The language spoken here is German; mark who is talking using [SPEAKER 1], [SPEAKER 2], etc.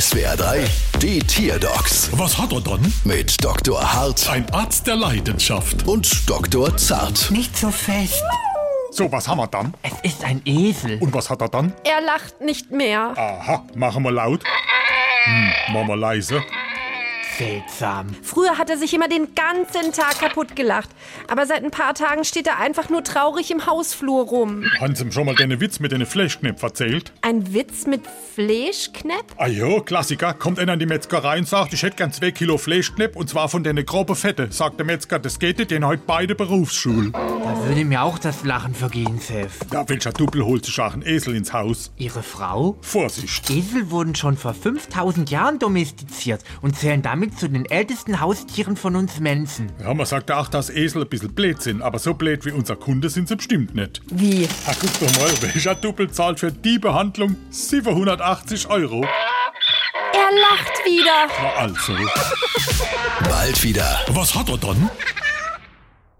[SPEAKER 1] SWR 3, die Tierdocs
[SPEAKER 2] Was hat er dann?
[SPEAKER 1] mit Dr. Hart
[SPEAKER 2] Ein Arzt der Leidenschaft.
[SPEAKER 1] und Dr. Zart.
[SPEAKER 3] Nicht so fest.
[SPEAKER 2] So, was haben wir dann?
[SPEAKER 3] Es ist ein Esel.
[SPEAKER 2] Und was hat er dann?
[SPEAKER 4] Er lacht nicht mehr.
[SPEAKER 2] Aha, machen wir laut. Hm, machen wir leise.
[SPEAKER 3] Seltsam.
[SPEAKER 4] Früher hat er sich immer den ganzen Tag kaputt gelacht. Aber seit ein paar Tagen steht er einfach nur traurig im Hausflur rum.
[SPEAKER 2] Haben Sie ihm schon mal den Witz mit den Fleischknäpp erzählt?
[SPEAKER 4] Ein Witz mit Fleischknepp?
[SPEAKER 2] Ah jo, Klassiker. Kommt einer in die Metzgerei und sagt, ich hätte gern zwei Kilo Fleischknepp und zwar von den grobe Fette. Sagt der Metzger, das geht nicht, den heute beide Berufsschul.
[SPEAKER 3] Da würde mir auch das Lachen vergehen, Seth.
[SPEAKER 2] Ja, welcher Duppel holt sich auch einen Esel ins Haus?
[SPEAKER 3] Ihre Frau?
[SPEAKER 2] Vorsicht.
[SPEAKER 3] Esel wurden schon vor 5000 Jahren domestiziert und zählen damit zu den ältesten Haustieren von uns Menschen.
[SPEAKER 2] Ja, man sagt auch, dass Esel ein bisschen blöd sind, aber so blöd wie unser Kunde sind sie bestimmt nicht.
[SPEAKER 4] Wie?
[SPEAKER 2] Ah, guck doch mal, welcher Duppel zahlt für die Behandlung 780 Euro?
[SPEAKER 4] Er lacht wieder.
[SPEAKER 2] Na also.
[SPEAKER 1] Bald wieder.
[SPEAKER 2] Was hat er dann?